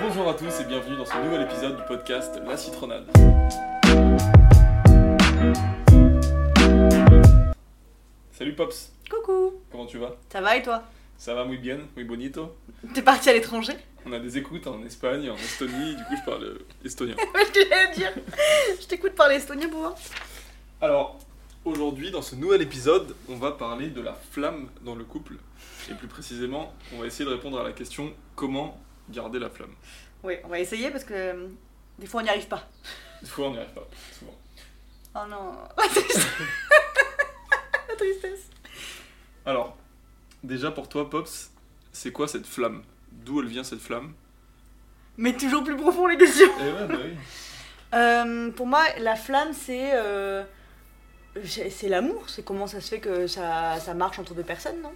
Bonjour à tous et bienvenue dans ce nouvel épisode du podcast La Citronade. Salut Pops, Coucou comment tu vas Ça va et toi Ça va muy bien, muy bonito. T'es parti à l'étranger On a des écoutes en Espagne, en Estonie, du coup je parle euh, estonien. Je l'ai à dire Je t'écoute parler estonien pour voir. Alors, aujourd'hui, dans ce nouvel épisode, on va parler de la flamme dans le couple. Et plus précisément, on va essayer de répondre à la question comment garder la flamme. Oui, on va essayer parce que euh, des fois on n'y arrive pas. Des fois, on n'y arrive pas, souvent. Oh non La tristesse La tristesse Alors, déjà pour toi, Pops, c'est quoi cette flamme D'où elle vient cette flamme Mais toujours plus profond les questions Eh ouais, bah oui. Euh, Pour moi, la flamme c'est... euh, c'est c'est l'amour, c'est comment ça se fait que ça, ça marche entre deux personnes, non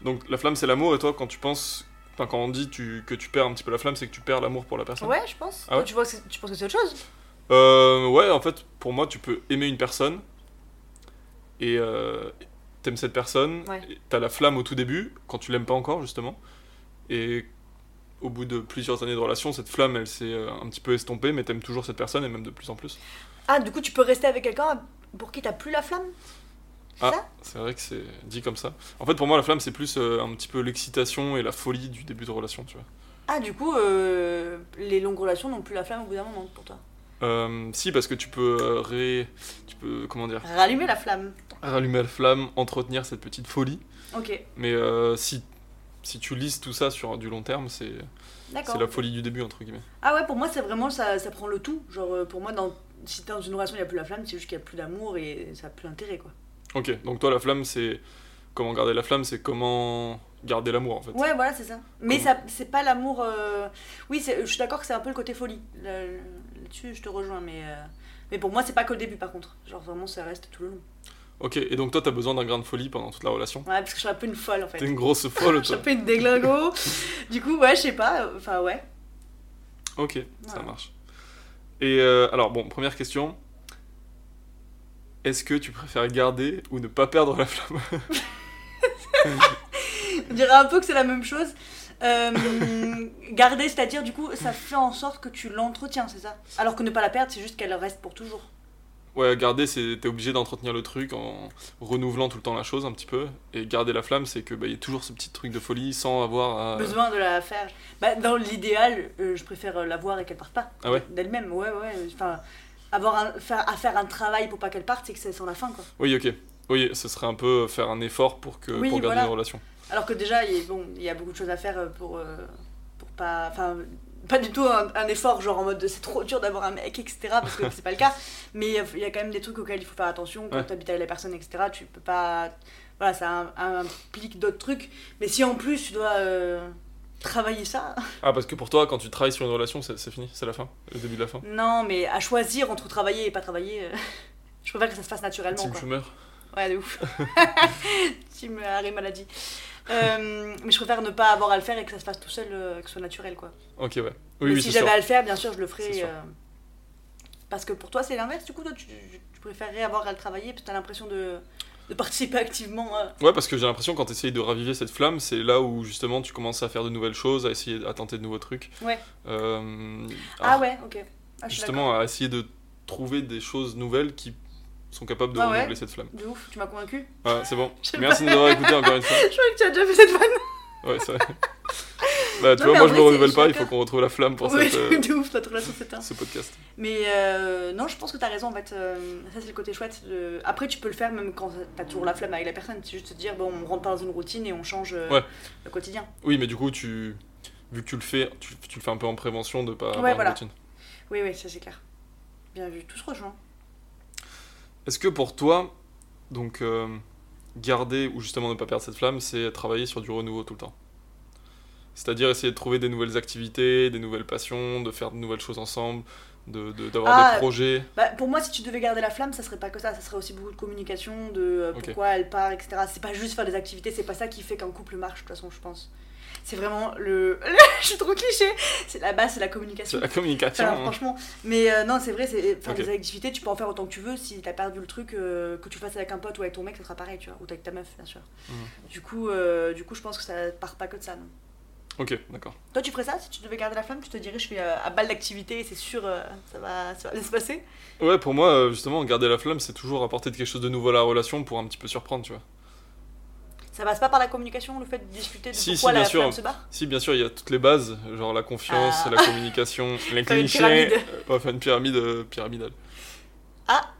Donc la flamme c'est l'amour et toi quand tu penses, enfin quand on dit tu- que tu perds un petit peu la flamme c'est que tu perds l'amour pour la personne. Ouais, je pense. Ah ouais tu, vois que c'est- tu penses que c'est autre chose Euh, ouais en fait pour moi tu peux aimer une personne et euh, t'aimes cette personne, Ouais. et t'as la flamme au tout début quand tu l'aimes pas encore justement et au bout de plusieurs années de relation cette flamme elle s'est euh, un petit peu estompée mais t'aimes toujours cette personne et même de plus en plus. Ah, du coup tu peux rester avec quelqu'un pour qui t'as plus la flamme C'est Ah. ça C'est vrai que c'est dit comme ça. En fait pour moi la flamme c'est plus euh, un petit peu l'excitation et la folie du début de relation tu vois. Ah, du coup, euh, les longues relations n'ont plus la flamme au bout d'un moment pour toi. Euh, si parce que tu peux euh, ré... tu peux comment dire Rallumer la flamme. rallumer la flamme, entretenir cette petite folie. Ok, Mais euh, si, si tu lises tout ça sur du long terme, c'est c'est d'accord. la folie du début, entre guillemets. Ah ouais, pour moi, c'est vraiment ça, ça prend le tout. Genre, euh, pour moi, dans, si t'es dans une relation, il n'y a plus la flamme, c'est juste qu'il n'y a plus d'amour et ça a plus d'intérêt, quoi. Ok, donc toi, la flamme, c'est. Comment garder la flamme C'est comment garder l'amour, en fait. Ouais, voilà, c'est ça. Mais Comme- ça, c'est pas l'amour. euh, Oui, c'est- je suis d'accord que c'est un peu le côté folie. Là- Là-dessus, je te rejoins, mais. euh, Mais pour moi, c'est pas qu'au début, par contre. Genre, vraiment, ça reste tout le long. Ok, et donc toi, t'as besoin d'un grain de folie pendant toute la relation. Ouais, parce que je suis un peu une folle, en T'es fait. une grosse folle, Je suis toi. un peu une déglingo. du coup, ouais, je sais pas. euh, Enfin, ouais. Ok, ça Voilà. marche. Et euh, alors, bon, première question. Est-ce que tu préfères garder ou ne pas perdre la flamme On dirait un peu que c'est la même chose. Euh, garder, c'est-à-dire du coup, ça fait en sorte que tu l'entretiens, c'est ça Alors que ne pas la perdre, c'est juste qu'elle reste pour toujours. Ouais, garder, c'est t'es obligé d'entretenir le truc en renouvelant tout le temps la chose un petit peu. Et garder la flamme, c'est que bah, il y a toujours ce petit truc de folie sans avoir à... Besoin de la faire. Bah, dans l'idéal, euh, je préfère euh, la voir et qu'elle parte pas. Ah ouais D'elle-même, ouais, ouais. Enfin, avoir un, faire, à faire un travail pour pas qu'elle parte, c'est que c'est sans la fin, quoi. Oui, ok. Oui, ce serait un peu faire un effort pour, que, Oui, pour garder voilà. une relation. Alors que déjà, il y a- bon, il y a beaucoup de choses à faire euh, pour, euh, pour pas. Enfin, pas du tout un, un effort, genre en mode c'est trop dur d'avoir un mec, etc. Parce que c'est pas le cas. Mais euh, il y a quand même des trucs auxquels il faut faire attention. Quand Ouais. t'habites avec la personne, etc., tu peux pas. Voilà, ça im- implique d'autres trucs. Mais si en plus tu dois euh, travailler ça. Ah, parce que pour toi, quand tu travailles sur une relation, c'est c'est fini, c'est la fin, le début de la fin. Non, mais à choisir entre travailler et pas travailler, euh, je préfère que ça se fasse naturellement. Tim quoi. Schumer. Ouais, de ouf. tu me arrêt maladie. Euh, mais je préfère ne pas avoir à le faire et que ça se fasse tout seul, euh, que ce soit naturel, quoi. Ok, ouais. Oui, Mais oui, si c'est sûr. j'avais à le faire, bien sûr, je le ferais. C'est sûr. euh, Parce que pour toi, c'est l'inverse. Du coup, toi, tu, tu préférerais avoir à le travailler parce que t'as l'impression de, de participer activement. euh. Ouais, parce que j'ai l'impression quand tu essayes de raviver cette flamme, c'est là où justement tu commences à faire de nouvelles choses, à essayer, à tenter de nouveaux trucs. Ouais. Euh, Ah, à- ouais, ok. Ah, je suis d'accord. Justement, à essayer de trouver des choses nouvelles qui sont capables de Ah ouais. renouveler cette flamme. De ouf, tu m'as convaincu. Ouais, c'est bon. Je sais Merci de nous avoir écouté encore une fois. Je crois que tu as déjà fait cette vanne. Ouais, c'est vrai. Bah, tu vois, Non, mais moi je en vrai, me c'est- renouvelle je suis pas, il faut d'accord. qu'on retrouve la flamme pour Oui, cette, euh, de ouf, notre relation c'est un. ce podcast. Mais euh, non, je pense que t'as raison en fait. euh, ça, c'est le côté chouette. de- Après, tu peux le faire même quand t'as toujours la flamme avec la personne. C'est juste te dire, bon, on rentre pas dans une routine et on change euh, Ouais. le quotidien. Oui, mais du coup, tu vu que tu le fais, tu, tu le fais un peu en prévention de pas avoir une voilà. routine. Oui, oui, ça c'est clair. Bien vu, tout se rejoint. Est-ce que pour toi, donc euh, garder ou justement ne pas perdre cette flamme, c'est travailler sur du renouveau tout le temps c'est-à-dire essayer de trouver des nouvelles activités, des nouvelles passions, de faire de nouvelles choses ensemble, d'avoir de, d'avoir Ah, des projets. Bah, pour moi, si tu devais garder la flamme, ça serait pas que ça, ça serait aussi beaucoup de communication, de euh, Ok. pourquoi elle part, etc. C'est pas juste faire des activités, c'est pas ça qui fait qu'un couple marche, de toute façon, je pense. C'est vraiment le. Je suis trop cliché C'est la base, c'est la communication. C'est la communication. Enfin, hein. franchement, mais euh, non, c'est vrai, c'est faire Ok. des activités, tu peux en faire autant que tu veux. Si t'as perdu le truc, euh, que tu le fasses avec un pote ou avec ton mec, ça sera pareil, tu vois, ou avec ta meuf, bien sûr. Mhm. Du coup, euh, du coup, je pense que ça part pas que de ça, non. Ok, d'accord. Toi, tu ferais ça Si tu devais garder la flamme, tu te dirais, je fais euh, à balle d'activité et c'est sûr, euh, ça, va, ça va bien se passer. Ouais, pour moi, euh, justement, garder la flamme, c'est toujours apporter de quelque chose de nouveau à la relation pour un petit peu surprendre, tu vois. Ça passe pas par la communication, le fait de discuter de Si, si, pourquoi bien la sûr. flamme se barre Si, bien sûr, il y a toutes les bases, genre la confiance, Ah. la communication, les Faire une clichés. pyramide. Euh, ouais, faire une pyramide euh, pyramidale. Ah.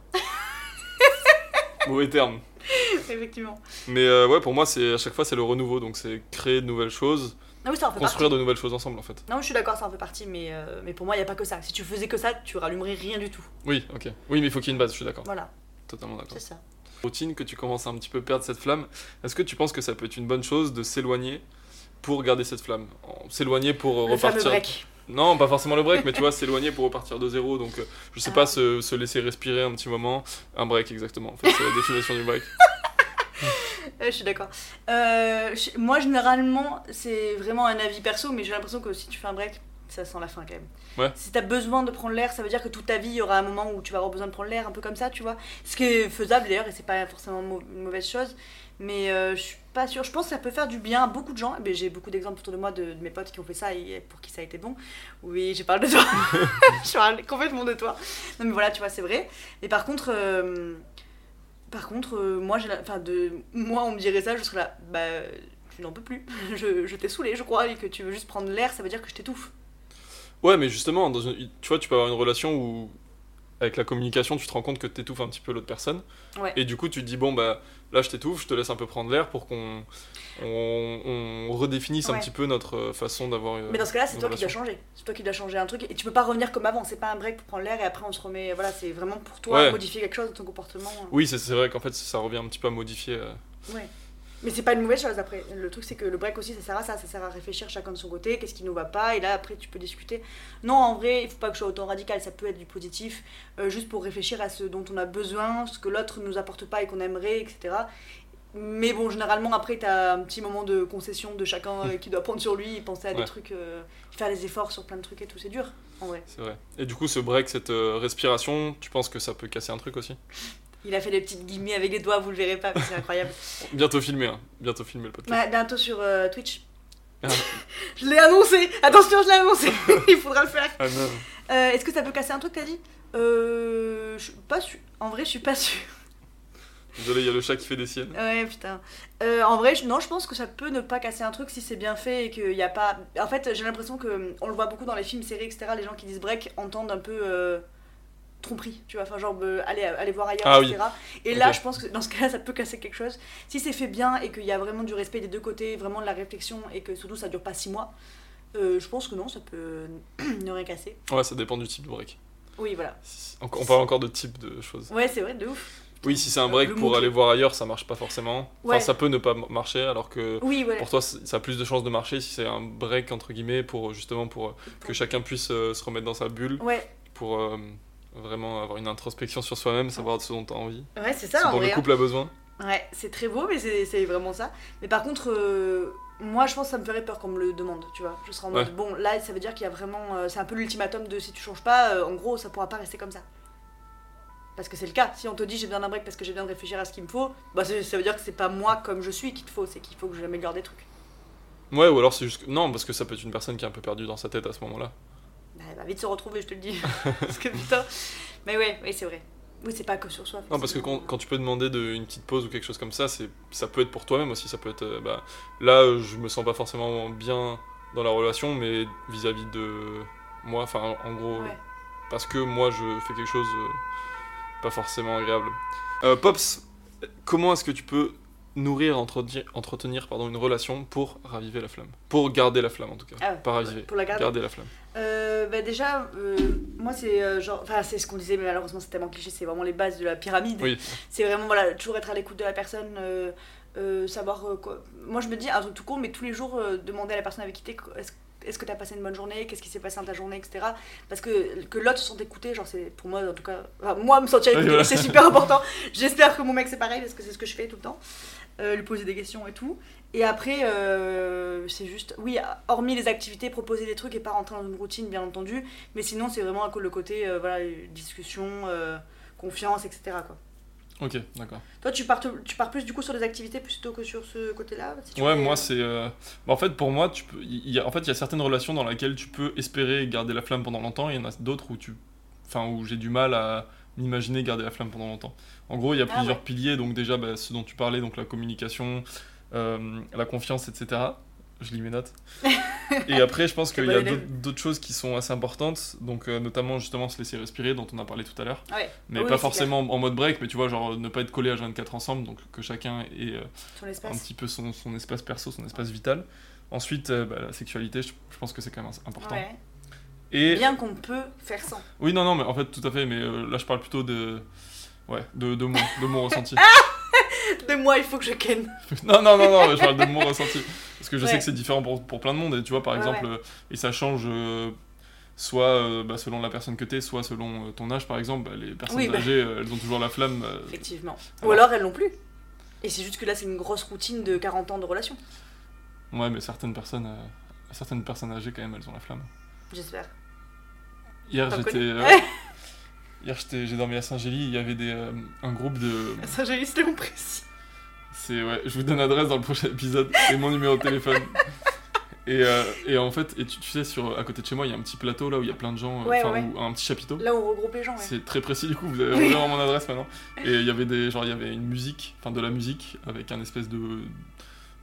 Mauvais terme. Effectivement. Mais euh, ouais, pour moi, c'est à chaque fois, c'est le renouveau, donc c'est créer de nouvelles choses, Non, oui, ça en fait partie. construire de nouvelles choses ensemble, en fait. Non, je suis d'accord, ça en fait partie, mais, euh, mais pour moi, il n'y a pas que ça. Si tu faisais que ça, tu rallumerais rien du tout. Oui, ok. Oui, mais il faut qu'il y ait une base, je suis d'accord. Voilà, Totalement d'accord. c'est ça. routine que tu commences à un petit peu perdre cette flamme, est-ce que tu penses que ça peut être une bonne chose de s'éloigner pour garder cette flamme En- S'éloigner pour euh, Le fameux repartir. break. Non, pas forcément le break, mais tu vois, s'éloigner pour repartir de zéro. Donc, euh, je sais Ah. pas, se, se laisser respirer un petit moment. Un break, exactement. En fait, c'est la définition du break. Euh, je suis d'accord. Euh, je- moi, généralement, c'est vraiment un avis perso, mais j'ai l'impression que si tu fais un break, ça sent la fin quand même. Ouais. Si t'as besoin de prendre l'air, ça veut dire que toute ta vie, il y aura un moment où tu vas avoir besoin de prendre l'air, un peu comme ça, tu vois. Ce qui est faisable d'ailleurs, et c'est pas forcément mau- une mauvaise chose. Mais euh, je suis pas sûre. Je pense que ça peut faire du bien à beaucoup de gens. Mais J'ai beaucoup d'exemples autour de moi de, de mes potes qui ont fait ça et pour qui ça a été bon. Oui, je parle de toi. je parle complètement de toi. Non, mais voilà, tu vois, c'est vrai. Mais par contre. euh, par contre, euh, moi, j'ai la- enfin, de... moi, on me dirait ça, je serais là, bah, tu n'en peux plus, je, je t'ai saoulé, je crois, et que tu veux juste prendre l'air, ça veut dire que je t'étouffe. Ouais, mais justement, dans une- tu vois, tu peux avoir une relation où, avec la communication, tu te rends compte que t'étouffes un petit peu l'autre personne. Ouais. Et du coup, tu te dis, bon, bah là, je t'étouffe, je te laisse un peu prendre l'air pour qu'on on, on redéfinisse un Ouais. petit peu notre euh, façon d'avoir. euh, Mais dans ce cas-là, c'est une toi qui dois relation. changer, c'est toi qui dois changer un truc, et tu peux pas revenir comme avant, c'est pas un break pour prendre l'air et après on se remet, voilà, c'est vraiment pour toi, Ouais. modifier quelque chose de ton comportement. Oui, c'est c'est vrai qu'en fait, ça revient un petit peu à modifier. euh. Ouais. Mais c'est pas une mauvaise chose après. Le truc, c'est que le break aussi, ça sert à ça. Ça sert à réfléchir chacun de son côté, qu'est-ce qui nous va pas, et là après tu peux discuter. Non, en vrai, il faut pas que je sois autant radical, ça peut être du positif, euh, juste pour réfléchir à ce dont on a besoin, ce que l'autre nous apporte pas et qu'on aimerait, etc. Mais bon, généralement, après, t'as un petit moment de concession de chacun euh, qui doit prendre sur lui, et penser à Ouais. des trucs, euh, faire des efforts sur plein de trucs et tout, c'est dur, en vrai. C'est vrai. Et du coup, ce break, cette euh, respiration, tu penses que ça peut casser un truc aussi Il a fait des petites guillemets avec les doigts, vous le verrez pas, mais c'est incroyable. Bientôt filmé, hein. Bientôt filmé le podcast. Bah, bientôt sur euh, Twitch. Ah. je l'ai annoncé Attention, je l'ai annoncé Il faudra le faire Ah non. Euh, Est-ce que ça peut casser un truc, t'as dit Euh. Je suis pas sûre. En vrai, je suis pas sûre. Désolé, il y a le chat qui fait des siennes. Ouais, putain. Euh, en vrai, je- non, je pense que ça peut ne pas casser un truc si c'est bien fait et qu'il n'y a pas. En fait, j'ai l'impression que on le voit beaucoup dans les films, séries, etc. Les gens qui disent break entendent un peu. euh, tromperie, tu vois, enfin genre euh, aller, aller voir ailleurs, Ah etc. Et là, Ok. je pense que dans ce cas-là, ça peut casser quelque chose. Si c'est fait bien et qu'il y a vraiment du respect des deux côtés, vraiment de la réflexion et que surtout ça dure pas six mois, euh, je pense que non, ça peut ne rien casser. Ouais, ça dépend du type de break. Oui, voilà. Si- enco- On parle encore de type de choses. Ouais, c'est vrai, de ouf. Oui, si c'est un Le- break le pour mot-clé. aller voir ailleurs, ça marche pas forcément. Enfin, Ouais. ça peut ne pas m- marcher, alors que Oui, voilà. pour toi, c- ça a plus de chances de marcher si c'est un break entre guillemets pour justement pour euh, que chacun puisse euh, se remettre dans sa bulle, Ouais, pour euh, vraiment avoir une introspection sur soi-même, savoir de ce dont t'as envie, ouais c'est ce ça, en dont vrai. le hein. couple a besoin. Ouais, c'est très beau, mais c'est c'est vraiment ça. Mais par contre, euh, moi, je pense que ça me ferait peur qu'on me le demande, tu vois. Je serais en mode, Ouais. bon, là, ça veut dire qu'il y a vraiment... euh, c'est un peu l'ultimatum de si tu changes pas, euh, en gros, ça pourra pas rester comme ça. Parce que c'est le cas. Si on te dit j'ai besoin d'un break parce que j'ai besoin de réfléchir à ce qu'il me faut, bah c'est- ça veut dire que c'est pas moi comme je suis qu'il te faut, c'est qu'il faut que j'améliore des trucs. Ouais, ou alors c'est juste. que- Non, parce que ça peut être une personne qui est un peu perdue dans sa tête à ce moment-là. Bah, elle va vite se retrouver, je te le dis. parce que putain... Mais ouais, ouais c'est vrai. Oui, c'est pas que sur soi. Non, parce que quand, forcément. quand tu peux demander de- une petite pause ou quelque chose comme ça, c'est ça peut être pour toi-même aussi. Ça peut être euh, bah, là, euh, je me sens pas forcément bien dans la relation, mais vis-à-vis de moi, enfin, en- en gros, Ouais. parce que moi, je fais quelque chose euh, pas forcément agréable. Euh, Pops, comment est-ce que tu peux nourrir, entretenir, entretenir pardon, une relation pour raviver la flamme Pour garder la flamme en tout cas. Ah ouais, Pas raviver, Pour la garder. garder la flamme. Euh, bah déjà, euh, moi c'est euh, genre, enfin c'est ce qu'on disait, mais malheureusement c'est tellement cliché, c'est vraiment les bases de la pyramide. Oui. C'est vraiment voilà, toujours être à l'écoute de la personne, euh, euh, savoir euh, quoi. Moi je me dis un truc tout court, mais tous les jours euh, demander à la personne avec qui t'es, est-ce est-ce que t'as passé une bonne journée, qu'est-ce qui s'est passé dans ta journée, etc. Parce que que l'autre se sente écouté, genre c'est pour moi en tout cas, enfin, moi me sentir Oui, écouté, voilà. c'est super important. J'espère que mon mec c'est pareil parce que c'est ce que je fais tout le temps, Euh, lui poser des questions et tout. Et après, euh, c'est juste, oui, hormis les activités, proposer des trucs et pas rentrer dans une routine, bien entendu. Mais sinon, c'est vraiment le côté, euh, voilà, discussion, euh, confiance, etc. Quoi. Ok, d'accord. Toi, tu pars, te- tu pars plus du coup sur les activités plutôt que sur ce côté-là si tu Ouais, fais, moi euh, c'est. euh, bah, en fait, pour moi, tu peux. il y a- En fait, il y a certaines relations dans lesquelles tu peux espérer garder la flamme pendant longtemps. Il y en a d'autres où tu. Enfin, où j'ai du mal à m'imaginer garder la flamme pendant longtemps. En gros, il y a Ah plusieurs ouais. piliers. Donc déjà, bah, ce dont tu parlais, donc la communication, euh, la confiance, etc. Je lis mes notes. Et après, je pense T'es qu'il y a bon élève. d'autres d'autres choses qui sont assez importantes. Donc, euh, notamment justement se laisser respirer, dont on a parlé tout à l'heure Ah ouais, mais Oui, pas c'est forcément en mode break, mais tu vois, genre euh, ne pas être collé à 24 ensemble, donc que chacun ait euh, ton un espace. petit peu son, son espace perso, son espace vital. Ensuite, euh, bah, la sexualité, je, je pense que c'est quand même important. Ouais. Et Bien qu'on peut faire sans. oui, non, non, mais en fait, tout à fait, mais euh, là, je parle plutôt de. Ouais, de, de, mon, de mon ressenti. Ah. De moi, il faut que je ken. non, non, non, non, je parle de mon ressenti. Parce que je sais Ouais. que c'est différent pour, pour plein de monde, et tu vois, par Ouais, exemple, ouais. euh, et ça change euh, soit euh, bah, selon la personne que t'es, soit selon euh, ton âge, par exemple. bah, les personnes Oui, bah. âgées, euh, elles ont toujours la flamme. euh, Effectivement. Alors- Ou alors elles l'ont plus. Et c'est juste que là, c'est une grosse routine de 40 ans de relation, Ouais, mais certaines personnes, euh, certaines personnes âgées, quand même, elles ont la flamme. j'espère. Hier, T'en j'étais. connais euh, hier, j'étais- j'ai dormi à Saint-Gély, il y avait des, euh, un groupe de. Ça, j'ai laissé mon précis. C'est, ouais, je vous donne l'adresse dans le prochain épisode et mon numéro de téléphone. Et, euh, et en fait, et tu, tu sais, sur, à côté de chez moi, il y a un petit plateau là où il y a plein de gens, euh, Ouais, enfin, ouais. où- un petit chapiteau. Là, on regroupe les gens, ouais. C'est très précis du coup, vous avez Oui. vraiment mon adresse maintenant. Et il y avait des genre il y avait une musique, enfin de la musique avec un espèce de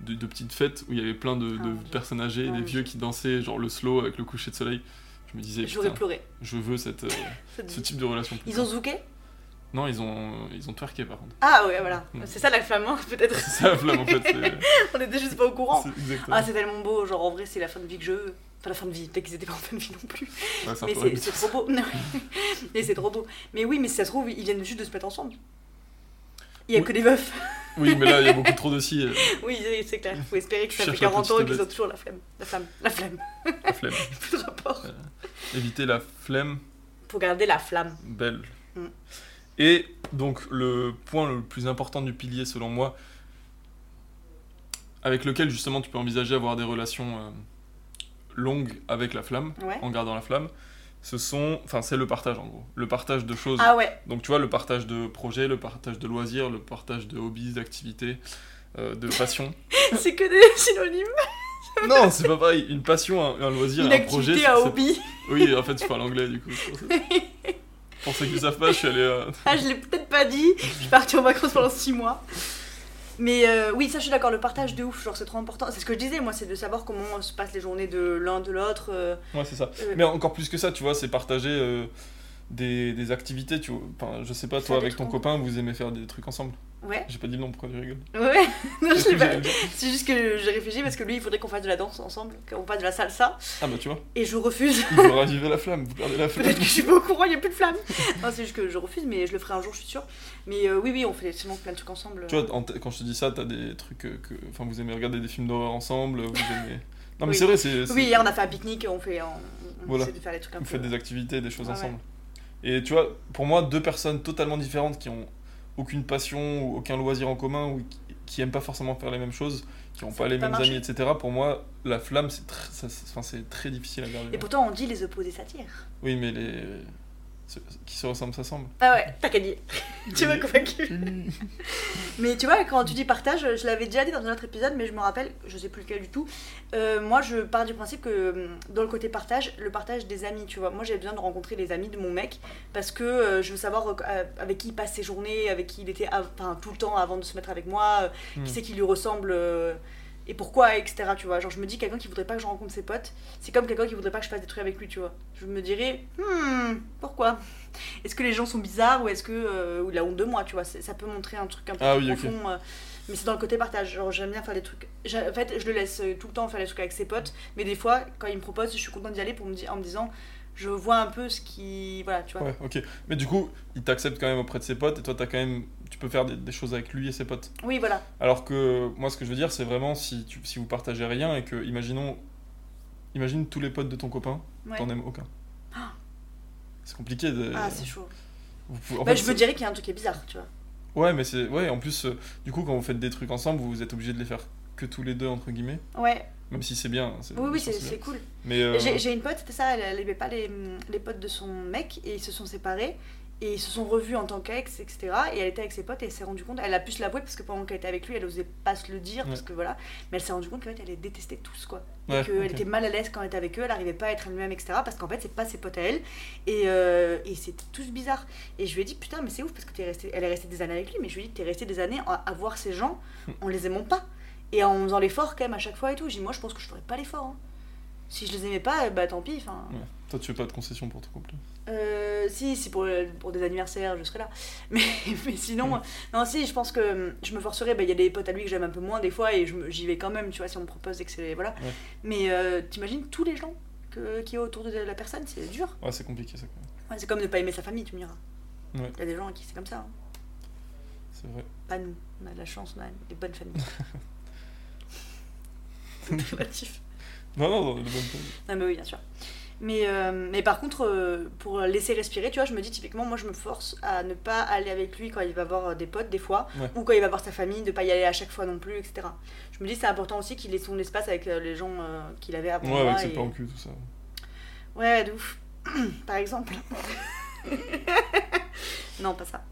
de, de petite fête où il y avait plein de, de Ah, mon Dieu. personnes âgées, Ah, des mon vieux qui dansaient genre le slow avec le coucher de soleil. Je me disais J'aurais putain, pleuré. je veux cette euh, Cette- ce type de relation. Ils ont zooké Non, ils ont ils ont twerké par contre. Ah ouais, voilà. Mm. C'est ça la flamme, hein, peut-être. C'est ça la flamme en fait, c'est on était juste pas au courant. c'est exactement. Ah, c'est tellement beau. Genre, en vrai, c'est la fin de vie que je veux. Enfin, la fin de vie. Peut-être qu'ils étaient pas en fin de vie non plus. Ouais, c'est un Mais peu c'est horrible. c'est trop beau. Non, mais c'est trop beau. Mais oui, mais si ça se trouve, ils viennent juste de se mettre ensemble. Il y a Oui. que des meufs. Oui, mais là il y a beaucoup trop de si euh, Oui, c'est- c'est clair. Faut espérer que Tu ça fait cherches la 40 ans petite et qu'ils ont bête. toujours la flemme. La flamme. La flemme. la flemme. Plus de rapport. Éviter la flemme Faut garder la flamme. Belle. Mm. Et donc le point le plus important du pilier selon moi, avec lequel justement tu peux envisager avoir des relations euh, longues avec la flamme, Ouais. en gardant la flamme, ce sont, enfin c'est le partage en gros, le partage de choses. Ah ouais. Donc tu vois le partage de projets, le partage de loisirs, le partage de hobbies, d'activités, euh, de passions. C'est que des synonymes. non, c'est pas pareil. Une passion, un, un loisir, Une un projet. activité, c'est- un c'est- hobby. Oui, en fait je parle anglais du coup. c'est pour ça. Pour ceux qui savent pas, je suis allé. euh, Ah, je l'ai peut-être pas dit. Je suis partie en vacances pendant 6 mois. Mais euh, oui, ça, je suis d'accord. Le partage de ouf, genre, c'est trop important. C'est ce que je disais, moi, c'est de savoir comment se passent les journées de l'un de l'autre. euh, Ouais, c'est ça. Euh. Mais encore plus que ça, tu vois, c'est partager euh, des, des activités. Tu vois. Enfin, je sais pas, toi, Faire des avec ton trucs. copain, vous aimez faire des trucs ensemble. Ouais, J'ai pas dit le nom, pourquoi tu rigoles ouais, ouais. Non, je sais pas. J'allais le dire. C'est juste que j'ai réfléchi parce que lui, il faudrait qu'on fasse de la danse ensemble, qu'on fasse de la salsa. Ah bah tu vois, Et je refuse. il veut raviver la flamme, vous perdez la flamme. Peut-être que je suis pas au courant, il n'y a plus de flamme. Non, c'est juste que je refuse, mais je le ferai un jour, je suis sûre. Mais euh, oui, oui, on fait tellement plein de trucs ensemble. Tu vois, en t- quand je te dis ça, t'as des trucs euh, que... Enfin, vous aimez regarder des films d'horreur ensemble, vous aimez... Non mais Oui. c'est vrai, c'est... c'est- oui, hier, on a fait un pique-nique, on fait. On, on Voilà. essaie de faire les trucs un Vous peu. faites des activités, des choses Ouais, ouais. ensemble. Et tu vois, pour moi, deux personnes totalement différentes qui ont aucune passion ou aucun loisir en commun ou qui- qui aiment pas forcément faire les mêmes choses, qui n'ont Ça pas peut les pas mêmes marcher. amis, etc. Pour moi, la flamme, c'est tr- ça- c'est- enfin, c'est très difficile à garder. Et pourtant, on dit les opposés s'attirent. Oui, mais les ceux qui se ressemblent s'assemblent. Ah ouais, t'as gagné. tu m'as convaincu. ouais, Mais tu vois, quand tu dis partage, je l'avais déjà dit dans un autre épisode, mais je me rappelle, je sais plus lequel du tout. Euh, moi, je pars du principe que hum, dans le côté partage, le partage des amis, tu vois. Moi, j'ai besoin de rencontrer les amis de mon mec parce que euh, je veux savoir euh, avec qui il passe ses journées, avec qui il était av- enfin, tout le temps avant de se mettre avec moi, euh, Hmm. qui c'est qui lui ressemble. euh, et pourquoi, etc. Tu vois, genre je me dis quelqu'un qui voudrait pas que je rencontre ses potes, c'est comme quelqu'un qui voudrait pas que je fasse des trucs avec lui, tu vois. Je me dirais, hmm, pourquoi Est-ce que les gens sont bizarres ou est-ce que euh, ou la honte de moi, tu vois c'est- Ça peut montrer un truc un peu Ah plus oui, ok. profond. euh, mais c'est dans le côté partage. Genre j'aime bien faire des trucs. J'a- En fait, je le laisse euh, tout le temps faire des trucs avec ses potes, mais des fois, quand il me propose, je suis contente d'y aller pour me dire, en me disant, je vois un peu ce qui, voilà, tu vois. ok. Mais du coup, il t'accepte quand même auprès de ses potes et toi, t'as quand même, tu peux faire des, des choses avec lui et ses potes. Oui, voilà. Alors que moi, ce que je veux dire, c'est vraiment si, tu, si vous partagez rien et que, imaginons, imagine tous les potes de ton copain, Ouais. t'en aimes aucun. C'est compliqué de. Ah, c'est chaud. Vous pouvez- Euh, en Bah, fait, je c'est- me dirais qu'il y a un truc qui est bizarre, tu vois. Ouais, mais c'est. Ouais, en plus, euh, du coup, quand vous faites des trucs ensemble, vous êtes obligé de les faire que tous les deux, entre guillemets. Ouais, Même si c'est bien. hein, oui, bien oui, sûr, c'est bien. c'est cool. Mais. euh, J'ai j'ai une pote, c'était ça, elle elle aimait pas les, les potes de son mec et ils se sont séparés. Et ils se sont revus en tant qu'ex, etc. Et elle était avec ses potes et elle s'est rendue compte, elle a pu se l'avouer parce que pendant qu'elle était avec lui, elle osait pas se le dire parce que voilà. Mais elle s'est rendue compte qu'en fait, elle les détestait tous, quoi. Et Ouais, qu'elle ok. était mal à l'aise quand elle était avec eux, elle arrivait pas à être elle-même, etc. Parce qu'en fait, c'est pas ses potes à elle. Et, euh, et c'était tous bizarre. Et je lui ai dit, putain, mais c'est ouf parce que t'es resté, elle est restée des années avec lui, mais je lui ai dit, t'es restée des années à, à voir ces gens en les aimant pas. Et en faisant l'effort quand même à chaque fois et tout. J'ai dit, moi, je pense que je ferais pas l'effort. hein. Si je les aimais pas, bah tant pis. Enfin, Ouais. Toi, tu veux pas de concession pour ton couple euh, si, si pour, pour des anniversaires, je serai là. Mais, mais sinon, Ouais. euh, non, si, je pense que euh, je me forcerai. Bah, Il y a des potes à lui que j'aime un peu moins des fois et je me- j'y vais quand même, tu vois, si on me propose et que c'est. Voilà. Ouais. Mais euh, t'imagines tous les gens que, qui est autour de la personne, c'est dur. Ouais, c'est compliqué ça quand même. Ouais, c'est comme ne pas aimer sa famille, tu me diras. Il Ouais. y a des gens à qui c'est comme ça. hein. C'est vrai. Pas nous. On a de la chance, on a des bonnes familles. C'est relatif. Non, non, non, de bonne chose. Non, mais Ah, bah oui, bien sûr. Mais, euh, mais par contre, euh, pour laisser respirer, tu vois, je me dis typiquement, moi je me force à ne pas aller avec lui quand il va voir euh, des potes, des fois, Ouais. ou quand il va voir sa famille, de pas y aller à chaque fois non plus, etc. Je me dis, c'est important aussi qu'il ait son espace avec euh, les gens euh, qu'il avait avant. Ouais, moi avec ses et- plans cul, tout ça. Ouais, de ouf. par exemple. non, pas ça.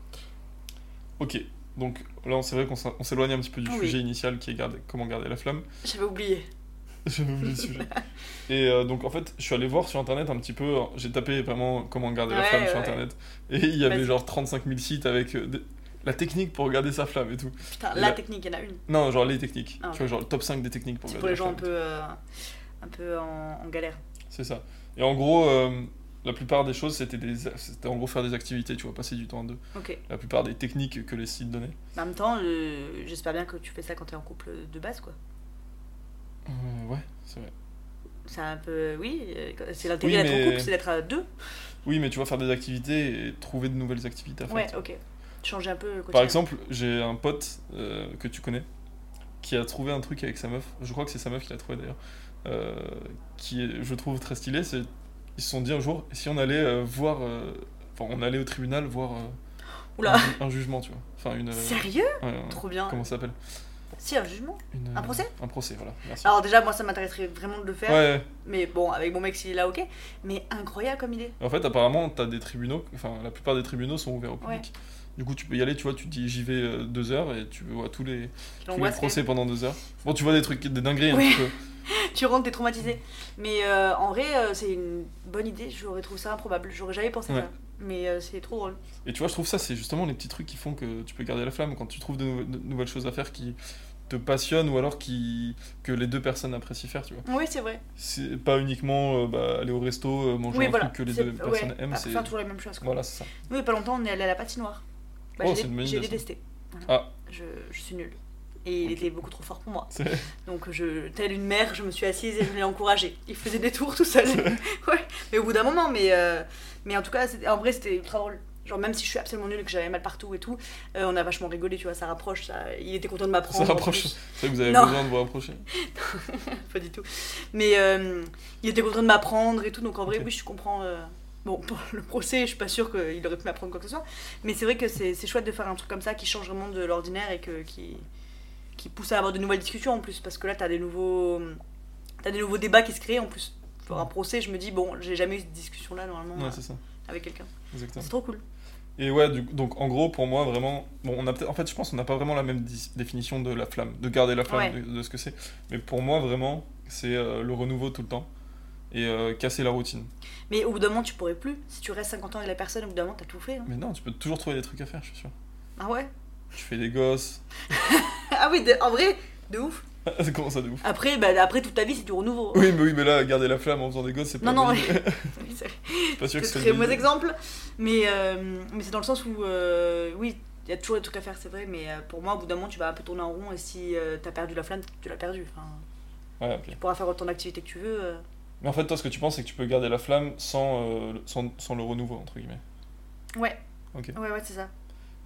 Ok, donc là, on- c'est vrai qu'on s'en- on s'éloigne un petit peu du Oui. sujet initial qui est garder- comment garder la flamme. J'avais oublié. J'avais oublié le sujet. Et euh, donc, en fait, je suis allé voir sur internet un petit peu. alors, J'ai tapé vraiment comment garder la Ouais, flamme sur ouais. internet. Et il y avait Vas-y. genre 35 000 sites avec euh, des- la technique pour garder sa flamme et tout. Putain, Et la la- technique, il y en a une. Non, genre les techniques. Ah, Tu vois, genre le top 5 des techniques pour C'est garder pour les la gens un flamme. peu, euh, un peu en, en galère. C'est ça. Et en gros, euh, la plupart des choses, c'était des... c'était en gros faire des activités, tu vois, passer du temps à deux. Ok. La plupart des techniques que les sites donnaient. Mais en même temps, euh, j'espère bien que tu fais ça quand t'es en couple de base, quoi. Euh, ouais, c'est vrai. C'est un peu. Oui, euh, c'est l'intérêt Oui, d'être mais- en couple, c'est d'être à deux. Oui, mais tu vois, faire des activités et trouver de nouvelles activités à faire. Ouais, ok. Changer un peu le quotidien. Par exemple, j'ai un pote euh, que tu connais qui a trouvé un truc avec sa meuf. Je crois que c'est sa meuf qui l'a trouvé d'ailleurs. euh, qui est- je trouve très stylé. C'est ils se sont dit un jour si on allait euh, voir, euh, enfin on allait au tribunal voir euh, Oula. un, ju- un jugement, tu vois. Enfin une. euh, Sérieux ouais, un- Trop bien. comment ça s'appelle Si, un jugement. Une, Un euh, procès Un procès, voilà. Merci. Alors, déjà, moi, ça m'intéresserait vraiment de le faire. ouais. Mais bon, avec mon mec, s'il est là, ok. Mais incroyable comme idée. En fait, apparemment, t'as des tribunaux, enfin, la plupart des tribunaux sont ouverts au public. Du coup, tu peux y aller, tu vois, tu te dis j'y vais euh, deux heures et tu vois tous les, tous les L'angoisse, procès pendant deux heures. Bon, tu vois des trucs, des dingueries un Oui. petit peu. quand même. Tu rentres, t'es traumatisé. Mais euh, en vrai, euh, c'est une bonne idée. J'aurais trouvé ça improbable. J'aurais jamais pensé Ouais. ça. Mais euh, c'est trop drôle. Et tu vois, je trouve ça, c'est justement les petits trucs qui font que tu peux garder la flamme quand tu trouves de, nou- de nouvelles choses à faire qui te passionnent ou alors qui, que les deux personnes apprécient faire, tu vois. Oui, c'est vrai. C'est pas uniquement euh, bah, aller au resto, euh, manger oui, un voilà. truc que les C'est- deux ouais, bah, personnes aiment, pas c'est... faire toujours la même chose. quoi. Voilà, c'est ça. Oui, pas longtemps, on est allé à la patinoire. Bah, Oh, j'ai- c'est une bonne J'ai idée, ça. détesté. Voilà. Ah. Je, je suis nulle. Et il Ok. était beaucoup trop fort pour moi. C'est- Donc, je, telle une mère, je me suis assise et je l'ai encouragé. Il faisait des tours tout seul. ouais. Mais au bout d'un moment, mais, euh, mais en tout cas, c'était- en vrai, c'était ultra drôle. Genre, même si je suis absolument nulle et que j'avais mal partout et tout, euh, on a vachement rigolé, tu vois, ça rapproche. ça- il était content de Ça m'apprendre. en rapproche. plus. C'est vrai que vous avez Non. besoin de vous rapprocher. Pas du tout. Mais euh, il était content de m'apprendre et tout, donc en vrai, Ok. oui, je comprends. euh, Bon, pour le procès, je suis pas sûre qu'il aurait pu m'apprendre quoi que ce soit. Mais c'est vrai que c'est c'est chouette de faire un truc comme ça qui change vraiment de l'ordinaire et que, qui, qui pousse à avoir de nouvelles discussions en plus. Parce que là, t'as des nouveaux. T'as des nouveaux débats qui se créent en plus. Pour un procès, je me dis, bon, j'ai jamais eu cette discussion-là normalement Ouais, euh, c'est ça. avec quelqu'un. Exactement. C'est trop cool. Et ouais, du- donc en gros, pour moi, vraiment, bon, on a peut-être, en fait, je pense qu'on n'a pas vraiment la même dis- définition de la flamme, de garder la flamme, Ouais. de, de ce que c'est. Mais pour moi, vraiment, c'est euh, le renouveau tout le temps et euh, casser la routine. Mais au bout d'un moment, tu pourrais plus. Si tu restes 50 ans avec la personne, au bout d'un moment, t'as tout fait. hein. Mais non, tu peux toujours trouver des trucs à faire, je suis sûr. Ah ouais Tu fais des gosses. Ah oui, de- en vrai, de ouf. Comment ça, de ouf Après, bah, après toute ta vie, c'est du renouveau. Oui, mais oui, mais là, garder la flamme en faisant des gosses, c'est pas. Non, non, une oui. bonne idée. Oui, hein. c'est- Je suis pas sûr que C'est c'est. très une bonne mauvais idée. exemple, mais, euh, mais c'est dans le sens où, euh, oui, il y a toujours des trucs à faire, c'est vrai, mais euh, pour moi, au bout d'un moment, tu vas un peu tourner en rond et si euh, t'as perdu la flamme, tu l'as perdu. Enfin, Ouais, ok. tu pourras faire autant d'activités que tu veux. euh. Mais en fait, toi, ce que tu penses, c'est que tu peux garder la flamme sans, euh, le- sans, sans le renouveau, entre guillemets. Ouais. Ok. Ouais, ouais, c'est ça. Moi,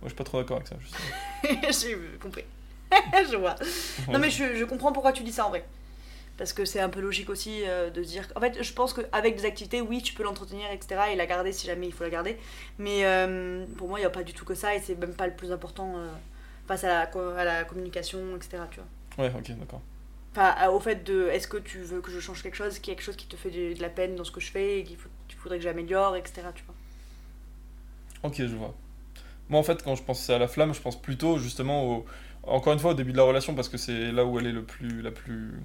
je suis pas trop d'accord avec ça, justement. J'ai compris. je vois. Non, mais je, je comprends pourquoi tu dis ça en vrai. Parce que c'est un peu logique aussi euh, de se dire. En fait, je pense qu'avec des activités, oui, tu peux l'entretenir, etc. et la garder si jamais il faut la garder. Mais euh, pour moi, il n'y a pas du tout que ça et c'est même pas le plus important euh, face à la, co- à la communication, etc. Tu vois. Ouais, ok, d'accord. Enfin, à- au fait de est-ce que tu veux que je change quelque chose, quelque chose qui te fait de, de la peine dans ce que je fais et qu'il faut- qu'il faudrait que j'améliore, etc. Tu vois. Ok, je vois. Moi, en fait, quand je pense à la flamme, je pense plutôt justement au. Encore une fois, au début de la relation, parce que c'est là où elle est le plus, la plus.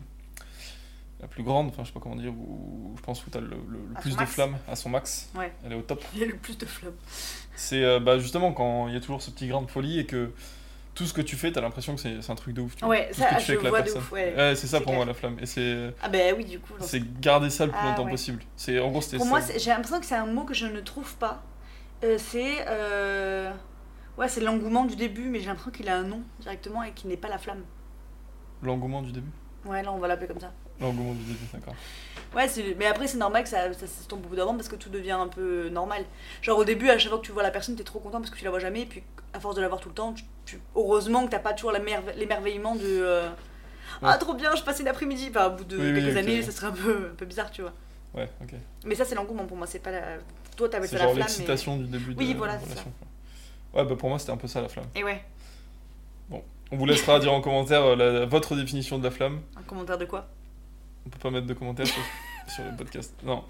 La plus grande, enfin, je sais pas comment dire, où, où je pense où t'as le, le- le À plus son de max. flamme à son max. Ouais. Elle est au top. Il y a le plus de flammes. C'est euh, bah, justement quand il y a toujours ce petit grain de folie et que tout ce que tu fais, t'as l'impression que c'est c'est un truc de ouf. Tu vois. Ouais, tout ça, ce que tu je fais avec la vois de personne. ouf, ouais. c'est ça C'est pour clair. moi la flamme. Et c'est Ah bah oui, du coup. dans ce c'est garder ça le plus Ah, longtemps ouais. possible. C'est en gros c'était Pour ça. moi, c'est- j'ai l'impression que c'est un mot que je ne trouve pas. Euh, c'est. euh, Ouais, c'est l'engouement du début, mais j'ai l'impression qu'il a un nom directement et qu'il n'est pas la flamme. l'engouement du début. Ouais, là, on va l'appeler comme ça. L'engouement du début, d'accord. Ouais, c'est- mais après, c'est normal que ça, ça, se tombe au bout d'un moment parce que tout devient un peu normal. Genre, au début, à chaque fois que tu vois la personne, t'es trop content parce que tu la vois jamais, et puis à force de la voir tout le temps, tu- tu- heureusement que t'as pas toujours la merve- l'émerveillement de. euh, Ah, Ouais. trop bien, je passais l'après-midi. Enfin, au bout de Oui, oui, quelques ok, années, ouais. ça serait un peu, un peu bizarre, tu vois. Ouais, ok. Mais ça, c'est l'engouement pour moi, c'est pas la. Toi, t'appelles C'est ça la genre flamme. Ah, mais- l'excitation du début Oui, de voilà, la c'est relation. quoi. Ouais, bah pour moi c'était un peu ça la flamme. Et ouais, On vous laissera dire en commentaire euh, la- votre définition de la flamme. un commentaire de quoi On peut pas mettre de commentaires sur, sur le podcast. Non.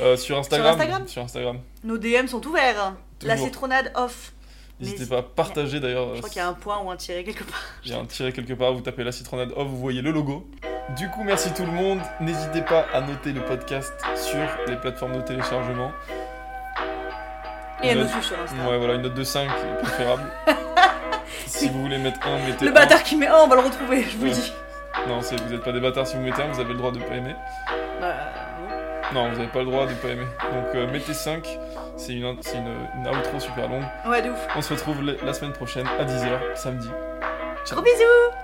Euh, sur Instagram. Instagram Sur Instagram. Nos DM sont ouverts. La Toujours. citronnade off. N'hésitez Mais- pas à partager d'ailleurs. Je euh, crois qu'il y a un point ou un tiré quelque part. Il y a un tiret quelque part, vous tapez la citronnade off, vous voyez le logo. Du coup, merci tout le monde. N'hésitez pas à noter le podcast sur les plateformes de téléchargement. Et elle Une nous note- suit sur Insta. Ouais, voilà, une note de 5 est préférable. si vous voulez mettre un, mettez Le un. bâtard qui met un, on va le retrouver, je vous le Ouais. dis. Non, c'est- vous n'êtes pas des bâtards si vous mettez un, vous avez le droit de pas aimer. Bah, non. Non, vous n'avez pas le droit de pas aimer. Donc euh, mettez 5, c'est une, c'est une, une outro super longue. Ouais, de ouf. On se retrouve la la semaine prochaine à 10h, samedi. Gros bisous